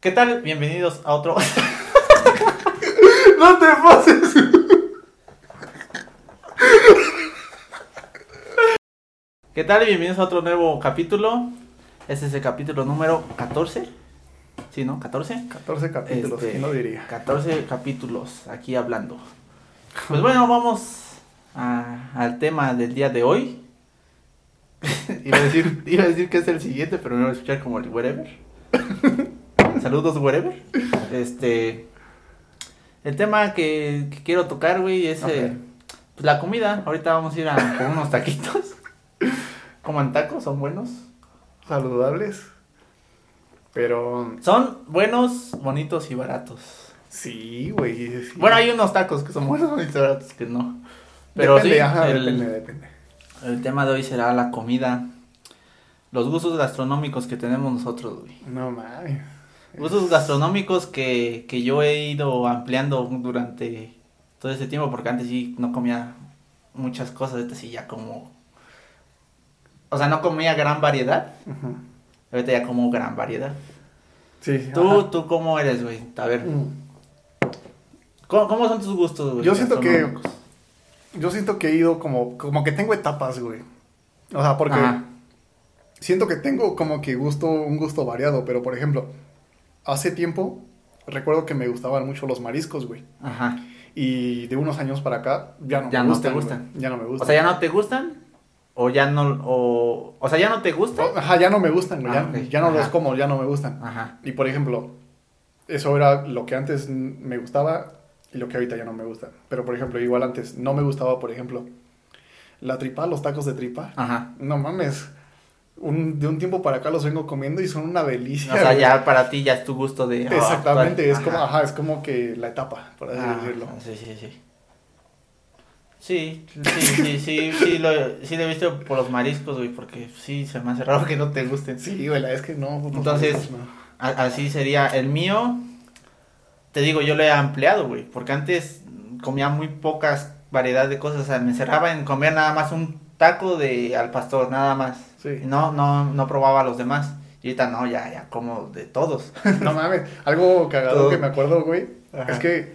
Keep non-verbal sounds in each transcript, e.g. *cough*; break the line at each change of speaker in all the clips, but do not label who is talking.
¿Qué tal? Bienvenidos a otro. no te pases. ¿Qué tal? Bienvenidos a otro nuevo capítulo. Este es el capítulo número 14. Sí, ¿no? 14.
14 capítulos,
Este,
¿quién lo diría?
14 capítulos aquí hablando. Pues bueno, vamos a- al tema del día de hoy. *laughs* iba, a decir, iba a decir que es el siguiente, pero me voy a escuchar como el wherever. *laughs* Saludos, wherever. Este. El tema que, que quiero tocar, güey, es eh,
Ok.
pues, la comida. Ahorita vamos a ir a por unos taquitos. *laughs* Coman tacos, son buenos.
Saludables. Pero
Son buenos, bonitos y baratos.
sí, güey. sí.
Bueno, hay unos tacos que son buenos y otros que no. Pero
depende,
sí,
ajá,
el,
depende, depende.
el tema de hoy será la comida. Los gustos gastronómicos que tenemos nosotros, güey.
No mames.
Gustos gastronómicos que, que yo he ido ampliando durante todo ese tiempo, porque antes sí no comía muchas cosas, ahorita sí ya como... O sea, no comía gran variedad,
Ujú.
ahorita ya como gran variedad.
Sí.
¿Tú,
ajá.
tú cómo eres, güey? A ver,
Mm.
¿cómo, cómo son tus gustos, güey?
Yo siento que-
gastronómicos?
Yo siento que he ido como, como que tengo etapas, güey. O sea, porque
Ajá.
siento que tengo como que gusto, un gusto variado. Pero por ejemplo, hace tiempo recuerdo que me gustaban mucho los mariscos, güey.
Ajá.
Y de unos años para acá ya no
Ya
me
no te
gustan. güey.
gustan.
Ya no me gustan.
O sea, ya no te gustan o ya no o, o sea, ya no te gustan.
No, Ajá, ya no me gustan, güey.
Ah,
ya,
ok.
ya no los
Ajá.
como, ya no me gustan.
Ajá.
Y por ejemplo, eso era lo que antes n- me gustaba y lo que ahorita ya no me gusta. Pero por ejemplo, igual antes no me gustaba, por ejemplo, la tripa, los tacos de tripa.
Ajá.
No mames. Un- de un tiempo para acá los vengo comiendo y son una delicia.
O sea,
güey.
ya para ti ya es tu gusto de ah,
*laughs* Exactamente,
actual.
es como, ajá, es como que la etapa, por así
Ah,
decirlo.
Sí, sí, sí. Sí, sí, sí, sí, sí, lo, sí lo he visto por los mariscos, güey, porque sí, se me hace raro que no te gusten.
Sí, güey, la es que no. no,
Entonces-
no.
A- Así sería el mío. Te digo, yo lo he ampliado, güey, porque antes comía muy pocas variedad de cosas, o sea, me encerraba en comer nada más un taco de al pastor, nada más.
Sí.
Y No, no, no probaba a los demás. Y ahorita no, ya, ya como de todos.
*laughs* No mames, algo cagado
Todo.
que me acuerdo, güey,
Ajá.
es que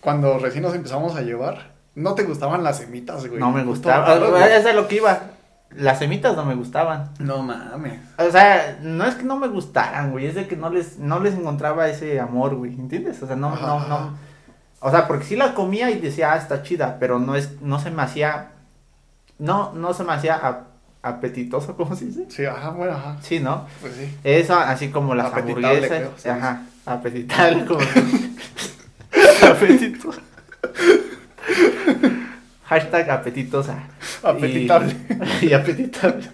cuando recién nos empezamos a llevar, no te gustaban las semitas, güey.
no me
Justo
gustaba.
raro,
Ah,
güey.
Eso es lo que iba. Las semitas no me gustaban.
No mames.
O sea, no es que no me gustaran, güey, es de que no les, no les encontraba ese amor, güey, ¿entiendes? O sea, no,
Ajá,
no,
ajá.
no. O sea, porque sí la comía y decía, ah, está chida, pero no es, no se me hacía, no, no se me hacía ap- apetitoso, *laughs* ¿cómo se dice?
Sí, ajá, bueno, ajá.
Sí, ¿no?
Pues sí.
Eso, así como las
Apetitable,
hamburguesas.
creo, sí.
Ajá, apetitable, como.
*laughs*
Apetito. Hashtag apetitosa.
Apetitable.
*laughs* Y, y apetitable.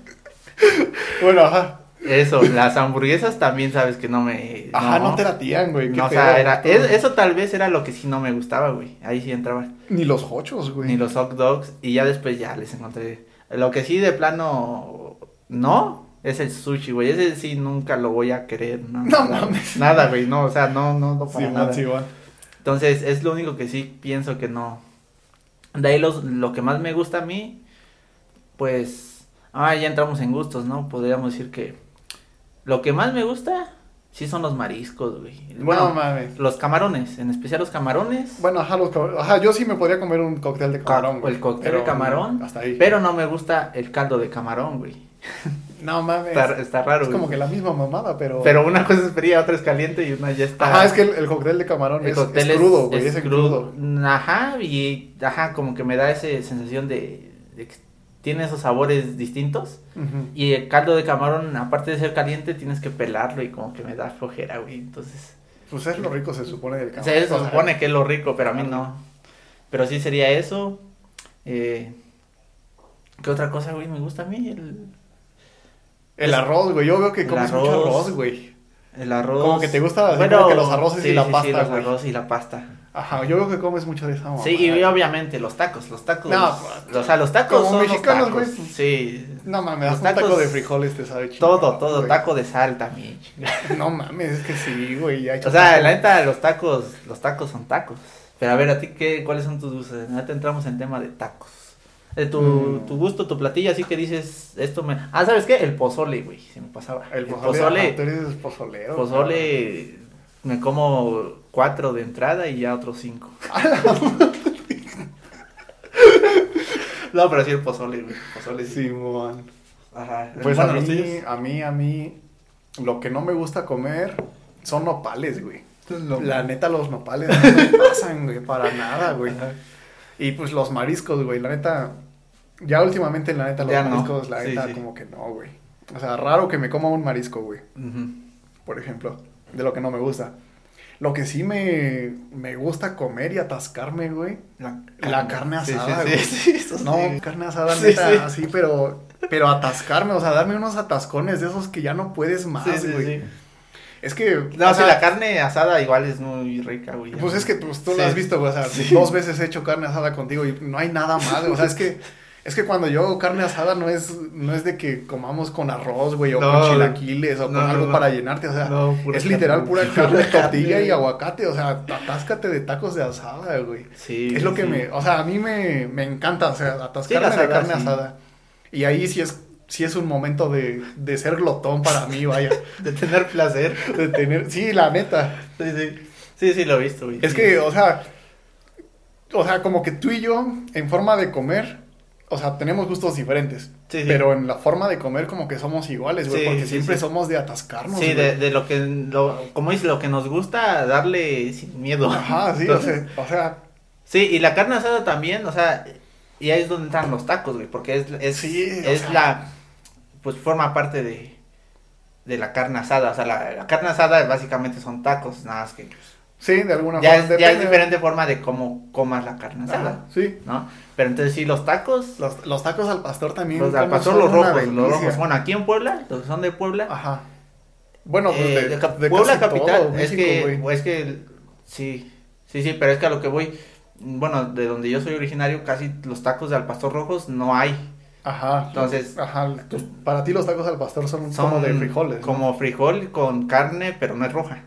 Bueno, ajá.
Eso, las hamburguesas también sabes que no me.
Ajá, no, te latían, güey. qué
No, o
pedo.
sea, era, es- eso tal vez era lo que sí no me gustaba, güey. Ahí sí entraba.
Ni los hochos, güey.
Ni los hot dogs. Y ya después ya les encontré. Lo que sí de plano no es el sushi, güey. Ese sí nunca lo voy a querer. No,
No
nada,
mames.
Nada, güey. No, o sea, no, no, no para
Sí,
nada.
man, sí, man.
Entonces, es lo único que sí pienso que no. De ahí los, lo que más me gusta a mí, pues, ah, ya entramos en gustos, ¿no? Podríamos decir que lo que más me gusta sí son los mariscos, güey.
Bueno,
Bueno,
mames.
los camarones, en especial los camarones.
Bueno, ajá, los cabr- Ajá, yo sí me podría comer un cóctel de camarón,
o
güey.
el cóctel
pero
de camarón,
Hasta ahí.
Pero no me gusta el caldo de camarón, güey.
No mames.
Está, está raro,
es como
güey.
que la misma mamada, pero.
Pero una cosa es fría, otra es caliente y una ya está.
Ajá, es que el, el cóctel de camarón
El
es,
cóctel
es crudo, güey.
es
Es, en
crudo.
crudo.
Ajá, y ajá, como que me da esa sensación de, de que tiene esos sabores distintos.
Ujú.
Y el caldo de camarón, aparte de ser caliente, tienes que pelarlo y como que me da flojera, güey. Entonces,
Pues es lo rico, se supone, del
o
camarón.
sea, eso
O sea,
supone que es lo rico, pero a mí no. Pero sí sería eso. Eh, ¿Qué otra cosa, güey, me gusta a mí? El,
El arroz, güey. Yo veo que
El
comes mucho
arroz.
arroz, güey.
el arroz.
Como que te gusta, así como que los arroces y la
Sí,
pasta,
los
güey.
arroz y la pasta.
Ajá, yo veo que comes mucho de esa mamada.
Sí, y obviamente los tacos, los tacos.
No, pues,
o sea, los tacos
como
son los
mexicanos,
tacos,
güey. pues,
Sí.
No mames,
Los
hasta un taco
tacos-
de frijoles te sabe chido.
Todo, todo, taco de sal también. chinga.
*laughs* No mames, es que sí, güey. ya he hecho
O sea,
taco.
la neta, los tacos, los tacos son tacos. Pero a ver, a ti qué, cuáles son tus dulces. Ahorita entramos en tema de tacos. De tu,
Mm.
tu gusto, tu platillo, así que dices esto me. Ah, ¿sabes qué? El pozole, güey. Se me pasaba.
El pozole. ajá, tú eres pozolero.
pozole Pues me como cuatro de entrada y ya otros
*laughs*
cinco. no, pero sí el pozole, güey. Pozole sí.
Simón.
Ajá.
Pues
Bueno,
a
los
mí,
tuyos.
a mí, a mí, lo que no me gusta comer son nopales, güey. La neta, los nopales no
*laughs*
me pasan, güey, para nada, güey.
Ajá.
Y pues los mariscos, güey, la neta, ya últimamente, la neta, los
Ya no.
mariscos, la
Sí,
neta,
sí.
como que no, güey. O sea, raro que me coma un marisco, güey,
Ujú.
por ejemplo, de lo que no me gusta. Lo que sí me, me gusta comer y atascarme, güey,
La,
la carne
Sí,
asada,
sí,
güey.
sí, sí, eso
No,
sí.
carne asada,
Sí,
neta,
sí.
así, pero, pero atascarme, o sea, darme unos atascones de esos que ya no puedes más,
Sí, sí,
güey.
sí.
Es que,
No,
o
sí,
sea,
la carne asada igual es muy rica, güey.
pues es que pues, tú
Sí.
lo has visto, güey, o sea,
Sí.
dos veces he hecho carne asada contigo y no hay nada más, güey, o sea, es que, es que cuando yo hago carne asada no es, no es de que comamos con arroz, güey, o
No,
con
güey.
chilaquiles, o con
No, no,
algo
no.
para llenarte, o sea,
No, pura
es literal
carne.
pura carne, tortilla
carne,
y
güey.
aguacate, o sea, atáscate de tacos de asada, güey.
Sí,
Es lo que
sí.
me, o sea, a mí me, me encanta, o sea, atascarme
Sí, la
de
asada,
carne
sí.
asada. Y ahí sí es, sí es un momento de, de ser glotón para mí, vaya,
*laughs* De tener placer.
de tener, sí, la neta.
Sí, sí. Sí, sí, lo he visto, güey.
Es
Sí.
que, o sea, o sea, como que tú y yo, en forma de comer, o sea, tenemos gustos diferentes.
Sí, sí.
Pero en la forma de comer como que somos iguales, güey,
Sí,
porque
sí,
siempre
sí.
somos de atascarnos.
Sí, de,
güey.
de lo que, lo, como dice, lo que nos gusta, darle sin miedo.
Ajá,
*laughs*
sí, o
Entonces,
sea, o sea,
Sí, y la carne asada también, o sea, y ahí es donde entran los tacos, güey, porque es, es,
Sí, o
es
sea.
la, pues forma parte de, de la carne asada, o sea, la, la carne asada básicamente son tacos, nada más que
sí, de alguna
ya
forma.
es, ya es
pues, depende.
diferente forma de cómo comas la carne
Ajá,
asada,
sí.
¿no? Pero entonces sí, los tacos, los,
Los, los tacos al pastor también.
al
como
pastor,
son
los
una
rojos, los
delicia.
rojos, bueno, aquí en Puebla, los que son de Puebla,
Ajá. Bueno, pues
Eh,
de,
de Cap-
de
Puebla
casi
capital
todo
es
México,
que
güey.
es que el- sí sí sí pero es que a lo que voy bueno de donde yo soy originario casi los tacos de al pastor rojos no hay
Ajá.
entonces-
Ajá. tú- para ti los tacos al pastor son,
son
como de frijoles. ¿no?
como frijol con carne pero no es roja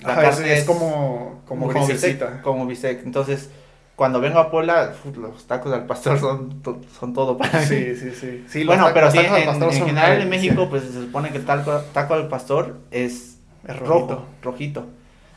la
Ajá, es,
carne
es como, como
bistec,
grisecita.
como bistec entonces cuando vengo a Puebla uf, los tacos al pastor son to- son todo para mí *laughs*
Sí, sí, sí. sí los
bueno
ta-
pero
los
sí en,
tacos al pastor
en
son
general en
una delicia.
México pues se supone que el taco, taco al pastor es
Es
rojo,
rojo.
rojito.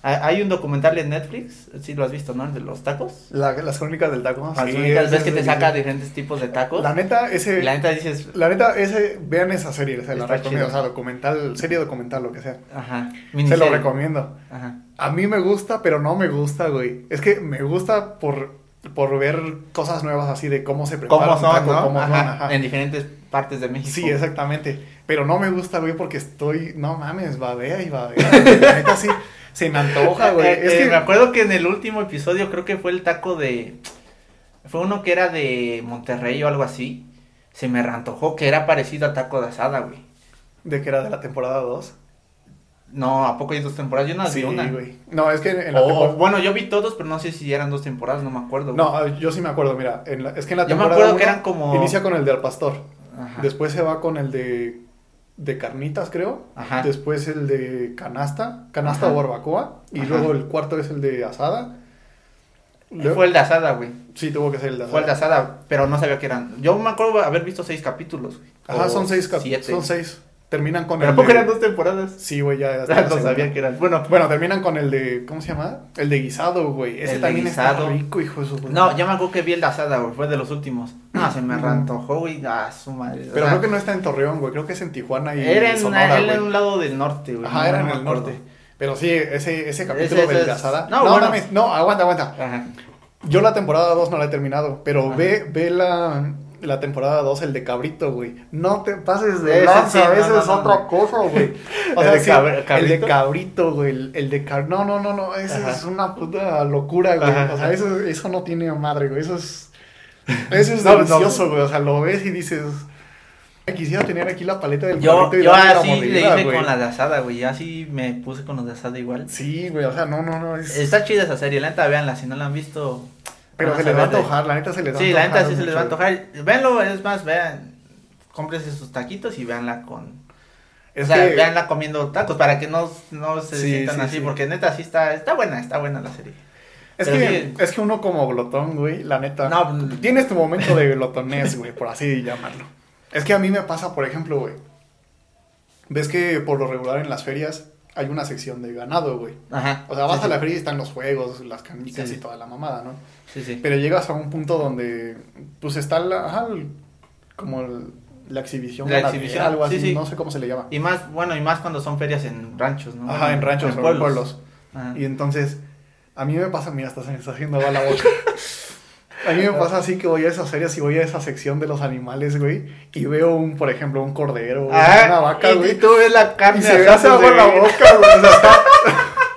Ah, Hay un documental en Netflix, sí lo has visto, ¿no? El de los tacos.
La- las crónicas del taco. ¿no?
Las
Sí,
únicas
es-
veces que
es
te
delicioso.
saca diferentes tipos de tacos.
La neta, ese.
y la
La,
neta dices,
neta, ese. Vean esa serie, se la
Está
recomiendo. O
chido.
sea, documental, serie documental, lo que sea.
ajá,
Se
miniserie.
lo recomiendo.
Ajá.
A mí me gusta, pero no me gusta, güey. Es que me gusta por, por ver cosas nuevas así de cómo se prepara
¿Cómo
un
son,
taco,
no?
cómo son,
Ajá,
ajá.
En diferentes partes de México.
Sí, exactamente. Pero no me gusta, güey, porque estoy, no mames, babea y babea. güey. La neta sí, se
*laughs*
me antoja, güey.
Eh,
Es
eh,
que
Me acuerdo que en el último episodio creo que fue el taco de... Fue uno que era de Monterrey o algo así. Se me antojó que era parecido a taco de asada, güey.
de que era de la temporada 2.
No, ¿a poco hay dos temporadas? Yo no vi una.
güey. No, es que en la
O-
temporada...
bueno, yo vi todos, pero no sé si eran dos temporadas, no me acuerdo. güey.
No, yo sí me acuerdo, mira, en la- es que en la
Yo me
temporada
acuerdo que
uno
eran como-
inicia con el del pastor,
Ajá.
después se va con el de de carnitas, creo.
Ajá.
Después el de canasta, canasta
Ajá.
o barbacoa y
Ajá.
luego el cuarto es el de asada. Luego-
Fue el de asada, güey.
Sí, tuvo que ser el de asada.
Fue el de asada, pero no sabía que eran. Yo me acuerdo haber visto seis capítulos, güey.
Ajá,
O
son seis cap-
Oh, siete.
son seis. Terminan con
Pero
el
tampoco
de-
eran dos temporadas.
Sí,
*laughs*
güey, ya hasta la
no
segunda.
sabía que eran. Bueno,
Bueno, terminan con el de. ¿Cómo se llama? El de guisado, güey. Ese
El de
también
guisado.
está rico, hijo de su puta
no,
madre.
ya me acuerdo que vi el de asada, güey. Fue de los últimos. Ah, se me
Mm.
rantojó, güey. Ah, su madre.
Pero creo que no está en Torreón, güey. Creo que es en Tijuana y
Era en,
Sonora,
era
güey.
en un lado del norte, güey.
Ajá,
No,
era
no
en
me
el
acuerdo.
norte. Pero sí, ese, ese capítulo
Ese-
de
ese
la
es-
asada.
no,
No,
bueno.
mames, no, aguanta, aguanta.
Ajá.
Yo la temporada 2 no la he terminado, pero
Ajá.
ve, ve la, la temporada 2, el de cabrito, güey. No te pases
Ese
de
sí,
lanza,
no,
ese
no,
es
no,
otra
no.
cosa, güey. *laughs* O
¿El
sea,
de
sí,
cabr-
el de
cabrito?
cabrito, güey, el, el de car... No, no, no, no, eso
Ajá.
es una puta locura, güey.
Ajá,
O sea,
ajá.
eso, eso no tiene madre, güey, eso
*laughs*
es... Eso es
No, no.
delicioso, güey, o sea, lo ves y dices... Quisiera tener aquí la paleta del
Yo,
cabrito y
yo
darle la
así le
mordida,
hice
güey.
con la de asada, güey. Yo así me puse con los de asada igual.
Sí, güey, o sea, no, no, no, es...
Está chida esa serie, la neta, véanla. Si no la han visto,
Pero
van a
se les va a
saber de-
antojar, la neta se les va a
Sí,
antojar.
la neta sí se les va a
mucho, güey.
antojar. Véanlo, es más, vean, cómprense sus taquitos y véanla con...
Es
o sea,
que-
véanla comiendo tacos para que no, no se
Sí,
sientan
sí,
así,
sí.
porque neta sí está, está buena, está buena la serie.
Es
Pero
que,
sí.
es que uno como glotón, güey, la neta.
No, mm.
Tienes tu momento de glotonés, güey, por así llamarlo. Es que a mí me pasa, por ejemplo, güey. Ves que por lo regular en las ferias hay una sección de ganado, güey.
Ajá.
O sea, vas
Sí,
a
sí.
la feria y están los juegos, las canicas
Sí.
y toda la mamada, ¿no?
Sí, sí.
Pero llegas a un punto donde, pues está la, ajá, el- como el- la exhibición,
La
ganadera,
exhibición,
algo
sí,
así,
sí.
no sé cómo se le llama.
Y más, bueno, y más cuando son ferias en ranchos, ¿no?
Ajá, en ranchos o en pueblos.
Ajá.
Y entonces, a mí me pasa, mira, hasta se me está haciendo agua la
*laughs*
boca. A mí me pasa así que voy a esas ferias y voy a esa sección de los animales, güey, y veo un, por ejemplo, un cordero, güey,
Ah,
una vaca,
y-
güey.
Y tú ves la carne.
Y se me
acá,
hace
pues,
agua la
de-
boca, güey. O sea, está,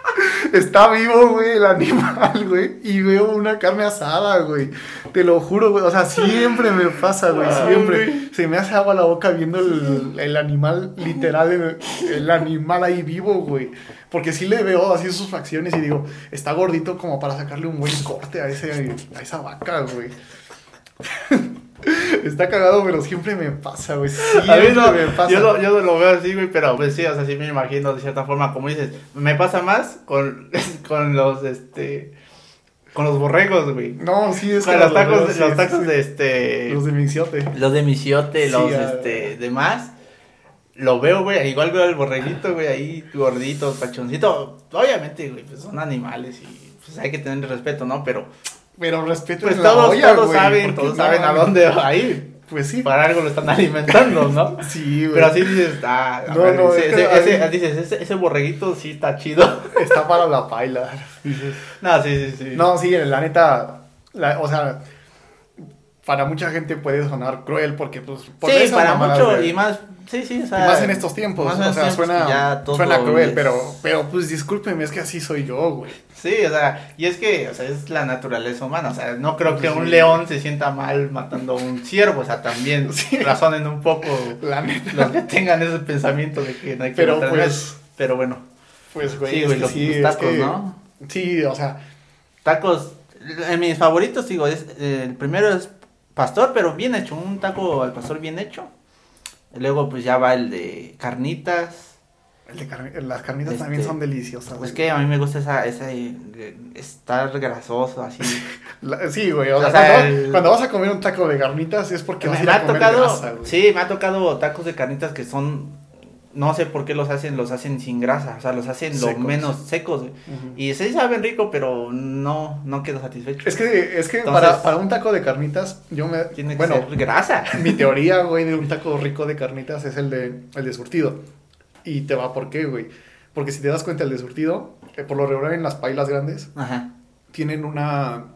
*laughs* está vivo, güey, el animal, güey. Y veo una carne asada, güey. Te lo juro, güey. O sea, siempre me pasa, güey.
Ay,
Siempre.
güey.
Se me hace agua la boca viendo el, el animal, literal, el, el animal ahí vivo, güey. Porque sí le veo así sus facciones y digo, está gordito como para sacarle un buen corte a, ese, a esa vaca, güey. *laughs* Está cagado, pero siempre me pasa, güey.
*laughs* A mí
Siempre
no,
me pasa.
yo, lo, yo no lo veo así, güey, pero pues sí, o sea, sí me imagino de cierta forma, como dices, me pasa más con, *laughs* con los, este, con los borregos, güey.
No, sí, es
Con
que
los tacos,
veo, sí,
los
sí,
tacos
sí.
de este...
Los de Minciote.
Los de Misiote,
Sí,
los
ah.
este, demás. Lo veo, güey. Igual veo al borreguito, güey, ahí gordito, pachoncito. Obviamente, güey, pues son animales y pues hay que tener respeto, ¿no? Pero
Pero respeto
pues
es la
todos,
olla,
todos
güey,
saben,
porque
todos
no,
saben a
no,
dónde va a ir.
Pues sí.
Para algo lo están alimentando, ¿no?
Sí, güey.
Pero así dices, ah, a
No,
ver,
no,
ese,
es que
ese-
a
ese-
mí-
dices, ese, ese borreguito sí está chido. *laughs*
Está para la paila.
no, sí, sí, sí.
No, sí, la neta. la- o sea, para mucha gente puede sonar cruel porque, pues. por
sí,
esas
para
mamadas,
mucho
güey.
y más, sí, sí, o
Y
sea,
más en estos tiempos.
más en
o sea,
estos tiempos que
suena,
ya todo
suena cruel,
es-
pero, pero pues discúlpeme, es que así soy yo, güey.
Sí, o sea, y es que, o sea, es la naturaleza humana, o sea, no creo que
Sí.
un león se sienta mal matando a un ciervo, o sea, también
*laughs*
razonen un poco
La neta.
los que tengan ese pensamiento de que no hay que
Pero,
matar animales.
pues,
pero bueno,
Pues, güey.
sí,
es
güey,
que
los,
sí,
los
es
tacos,
que-
¿no?
Sí, o sea,
Tacos, en mis favoritos, digo, es, eh, el primero es pastor, pero bien hecho, un taco al pastor bien hecho. Luego, pues, ya va el de carnitas,
el de carne- las carnitas
Este,
también son deliciosas.
pues
güey.
que a mí me gusta esa, esa, eh, estar grasoso,
*laughs*
así,
La- sí, güey. O sea,
O sea,
cuando,
el-
cuando vas a comer un taco de garnitas es porque vas a
me,
ir
me
a
ha
comer
tocado,
grasa, güey.
sí, me ha tocado tacos de carnitas que son, no sé por qué los hacen, los hacen sin grasa, o sea, los hacen lo
Secos.
menos secos, güey.
Ujú.
y sí saben rico, pero no, no quedo satisfecho.
Es que, es que
Entonces-
para, para un taco de carnitas, yo me...
Tiene que
bueno,
ser grasa.
mi teoría, güey, de un taco rico de carnitas es el de, el de surtido. Y te va por qué, güey. Porque si te das cuenta, el de surtido, eh, por lo regular en las pailas grandes,
Ajá.
tienen una...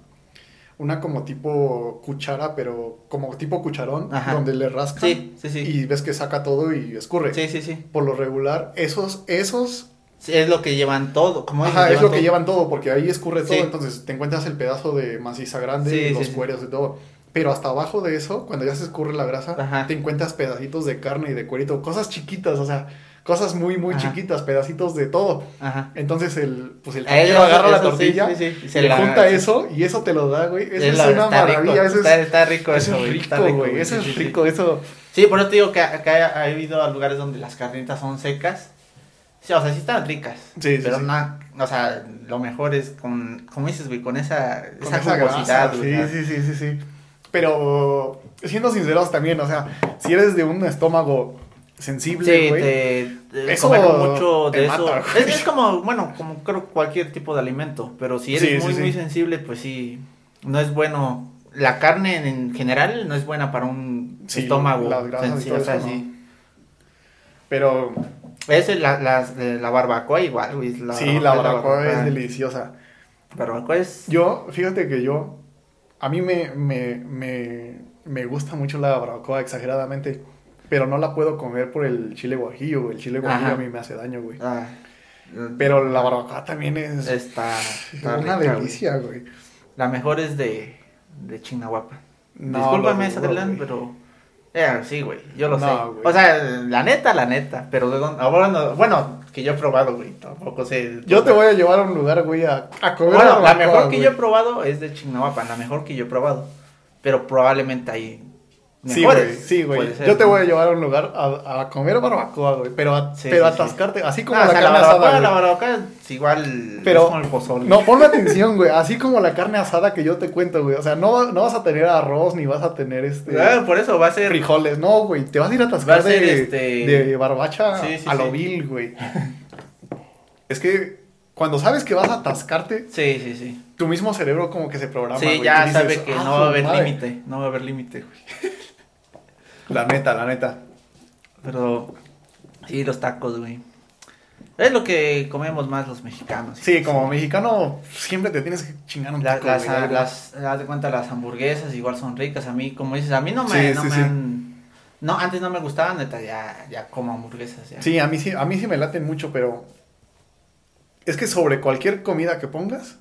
Una como tipo cuchara, pero como tipo cucharón,
Ajá.
donde le rascan
Sí, sí, sí.
y ves que saca todo y escurre.
Sí, sí, sí.
Por lo regular, esos, esos
Sí, Es lo que llevan todo, como dices,
Ajá, es lo que
todo.
llevan todo, porque ahí escurre todo,
Sí.
entonces te encuentras el pedazo de maciza grande,
Sí, sí,
los
sí.
cueros y todo. Pero hasta abajo de eso, cuando ya se escurre la grasa,
Ajá.
te encuentras pedacitos de carne y de cuerito, cosas chiquitas, o sea, cosas muy, muy
Ajá.
chiquitas, pedacitos de todo.
Ajá.
Entonces el, pues el
Eso,
taquero agarra la
eso sí,
tortilla,
sí, sí, y
se le junta eso y eso te lo da, güey. Eso
Es
es,
la-
una
está rico,
maravilla, eso es,
está, está rico
eso
eso,
es
güey, está
rico,
rico,
güey,
güey,
eso
sí,
es
sí, sí.
rico, eso...
Sí, por eso te digo que acá ha ido a lugares donde las carnitas son secas. Sí, o sea, sí están ricas.
Sí, sí,
Pero
sí.
no, o sea, lo mejor es con, como dices, güey, con esa,
con
esa,
esa
jugosidad,
grasa,
güey, o sea.
Sí, sí, sí, sí, sí. Pero siendo sinceros también, o sea, si eres de un estómago sensible,
Sí,
güey.
te, te-
Eso
comer mucho
te
de
mata,
eso.
güey.
Es, es como, bueno, como creo cualquier tipo de alimento, pero si eres
Sí, sí,
muy,
sí.
muy sensible, pues sí, no es bueno. La carne en, en general no es buena para un
Sí,
estómago.
las grasas y
sensi-
todo
o sea,
eso, ¿no?
sí.
Pero
Es el- la, la, la barbacoa igual, güey. la
sí, la barbacoa
barbacoa.
es deliciosa.
Barbacoa es...
Yo, fíjate que yo, a mí me, me, me, me gusta mucho la barbacoa exageradamente, pero no la puedo comer por el chile guajillo, güey. El chile guajillo
Ajá.
a mí me hace daño, güey.
ah,
Pero la barbacoa también es
Está, está
una
rica, güey.
delicia, güey.
La mejor es de, de Chignahuapa.
No,
Discúlpame,
lo dudo,
Zacatlán,
güey.
pero. eh, sí, güey, yo lo
No,
sé.
güey.
O sea, la neta, la neta. Pero de dónde. Ahora no- bueno, que yo he probado, güey. Tampoco sé.
Yo te voy a llevar a un lugar, güey, a, a comer
Bueno, la
barbacoa,
mejor que
güey.
yo he probado es de Chignahuapa. La mejor que yo he probado. Pero probablemente hay.
Sí, güey,
mejores,
sí, güey.
puede ser,
Yo te
¿no?
voy a llevar a un lugar a, a comer barbacoa, güey. Pero, a-
Sí,
pero
sí, sí.
atascarte, así
No,
como
Ah, o
la
sea, la
carne
barbacoa,
asada.
la
güey.
barbacoa es igual.
Pero-
es como el pozole.
No, ponme atención, güey. Así como la carne asada que yo te cuento, güey. O sea, no, va- no vas a tener arroz ni vas a tener este
Ah, por eso va a ser.
frijoles. No, güey. Te vas a ir a atascar
Va a ser,
de,
este,
de barbacha
Sí, sí,
a lo
sí.
vil, güey. *laughs* Es que cuando sabes que vas a atascarte,
Sí, sí, sí.
tu mismo cerebro como que se programa.
Sí,
güey,
ya
y dices,
sabe que
"Ah,
no va a haber
madre".
límite. No va a haber límite, güey.
La neta, la neta.
Pero sí, los tacos, güey. Es lo que comemos más los mexicanos.
Sí, como mexicano, siempre te tienes que chingar un
La-
taco,
las,
güey, algo.
las, haz de cuenta, las hamburguesas igual son ricas. A mí, como dices, a mí no me,
Sí,
no
sí,
me
sí.
han- No, antes no me gustaban, neta, ya, ya como hamburguesas. Ya.
Sí, a mí sí, a mí sí me laten mucho, pero es que sobre cualquier comida que pongas,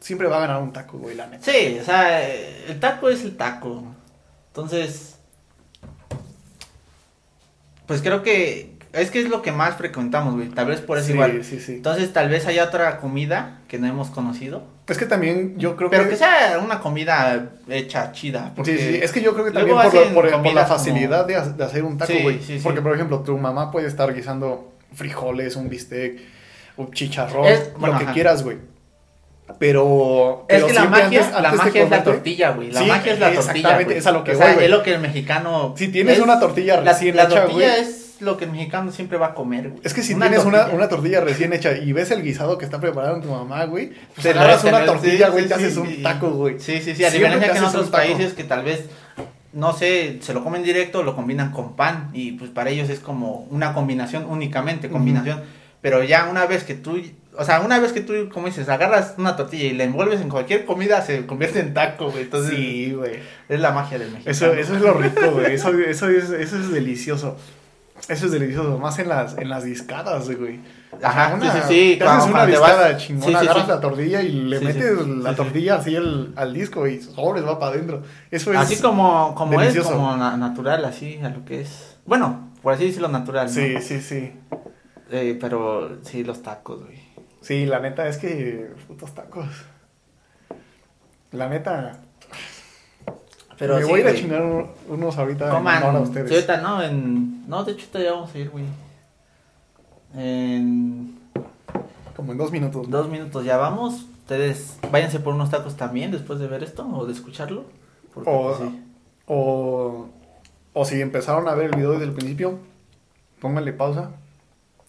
siempre va a ganar un taco, güey, la neta.
Sí, o sea, eh, el taco es el taco. Entonces, pues creo que es que es lo que más frecuentamos, güey. Tal vez por eso
sí,
igual.
Sí, sí.
Entonces, tal vez haya otra comida que no hemos conocido.
Es que también yo creo
Pero
que...
que sea una comida hecha chida.
Sí,
Porque...
sí, es que yo creo que también
luego
por, lo-
hacen
por- por la
comidas como-
facilidad de, ha- de hacer un taco,
Sí,
güey.
sí, sí.
Porque, por ejemplo, tu mamá puede estar guisando frijoles, un bistec, un chicharrón,
Es-
lo
bueno,
que
ajá.
quieras, güey. Pero,
Es
pero
que la
siempre
magia,
antes-
la
antes de
magia es la
comerte-
tortilla, güey. La
Sí,
magia es la tortilla.
exactamente,
güey.
es a lo que
o
voy,
sea,
güey.
es lo que el mexicano.
Si tienes
es-
una tortilla
la,
recién
la
hecha, güey.
tortilla es lo que el mexicano siempre va a comer, güey.
Es que si tienes una,
tortilla.
una tortilla recién hecha y ves el guisado que está preparando tu mamá, güey, pues
Te
agarras
lo- te
una
lo-
tortilla,
sí,
güey,
sí,
te haces
sí,
un
y-
taco, güey.
Sí, sí, sí. A
Siempre
diferencia
te
que en
haces
otros
un taco.
países que tal vez, no sé, se lo comen directo, lo combinan con pan. Y pues para ellos es como una combinación únicamente, combinación. Pero ya una vez que tú. O sea, una vez que tú, como dices, agarras una tortilla y la envuelves en cualquier comida, se convierte en taco, güey. Entonces,
Sí, güey.
es la magia del mexicano.
Eso, eso es lo rico, güey. Eso, eso, es, eso es delicioso. Eso es delicioso. Más en las, en las discadas, güey.
Ajá,
Una-
sí, sí, sí.
Te haces una
te vas-
discada chingona,
sí, sí, sí.
agarras la tortilla y le
Sí, sí.
metes la
Sí, sí.
tortilla así el- al disco y sobres, va para adentro. Eso es.
Así como, como es,
delicioso.
como na- natural, así, a lo que es. Bueno, por así decirlo, natural, ¿no?
Sí, sí, sí.
Eh, pero sí, los tacos, güey.
Sí, la neta es que. Putos tacos. La neta.
Pero
me
sí,
voy a ir a
güey.
chingar un- unos ahorita
Coman.
en honor a
sí,
ustedes.
ahorita no, en... No, de hecho, todavía vamos a ir, güey. En
Como en dos minutos.
dos minutos ya vamos. Ustedes váyanse por unos tacos también después de ver esto o de escucharlo. Porque,
O-
pues, sí.
O, o si empezaron a ver el video desde el principio, pónganle pausa.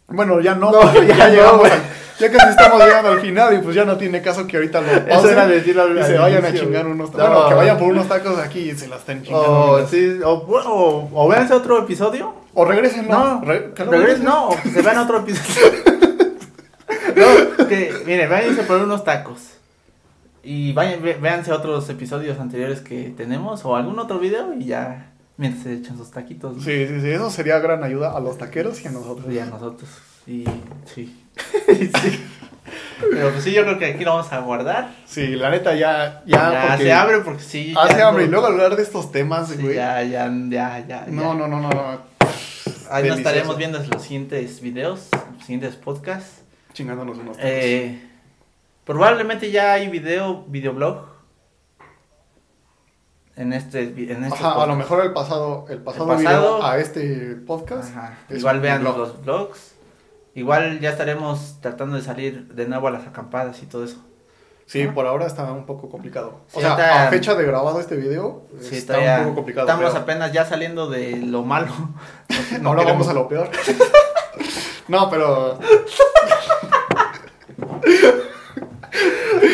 Bueno, ya
*laughs*
no,
No,
porque
ya
ya,
no,
llegamos
güey.
al- ya casi estamos llegando al final y pues ya no tiene caso que ahorita
*laughs*
lo
Eso era
pausen
decirlo al-
y
al
se vayan a
inicio,
chingar
güey.
unos
No.
tacos. Bueno, que vayan por unos tacos aquí y se la estén chingando.
O,
mientras-
sí, o, o, o vean ese otro episodio.
O regresen, no.
No,
Re- que
regresen,
no
no, o que se vean otro
*laughs*
episodio. no, que, mire, váyanse por unos tacos. Y vayan, ve- véanse otros episodios anteriores que tenemos o algún otro video y ya, mientras se echan sus taquitos. ¿no?
Sí, sí, sí, eso sería gran ayuda a los taqueros y a nosotros.
Y a nosotros. Y sí. *laughs* sí. Pero pues sí, yo creo que aquí lo vamos a guardar.
Sí, la neta ya, ya,
Ya,
porque
se abre porque sí. ya
hace
no-
hambre y luego hablar de estos temas,
sí,
güey.
ya, ya, ya, Ah, ya.
no, no, no, no, no,
Ahí nos
delicioso.
estaremos viendo en los siguientes videos, los siguientes podcasts.
chingándonos unos tacos.
Eh, probablemente ya hay video, videoblog. En este, vi- en este
Ajá, a lo
podcast.
mejor el pasado, el pasado,
El pasado-
video a este podcast.
Ajá.
es
Igual
un
vean
blog.
los blogs. Igual ya estaremos tratando de salir de nuevo a las acampadas y todo eso.
Sí, por ahora está un poco complicado.
Sí,
o sea,
ahorita-
a fecha de grabado este video
Sí,
está
todavía
un poco complicado.
Estamos
pero
apenas ya saliendo de lo
*laughs*
malo.
no, ahora
queremos-
vamos a lo
*laughs*
peor. *laughs* no, pero,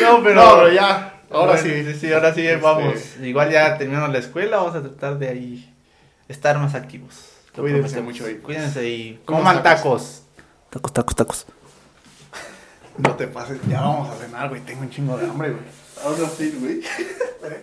No, pero,
no, pero ya. Ahora sí.
sí, ahora sí,
Este-
vamos. Igual ya terminamos la escuela, vamos a tratar de ahí estar más activos. Lo
Cuídense
prometemos.
mucho y-
Cuídense y
Coman
coman
tacos.
tacos. Tacos, tacos, tacos.
No te pases. Ya vamos a cenar, güey. Tengo un chingo de hambre, güey.
Ahora sí, güey.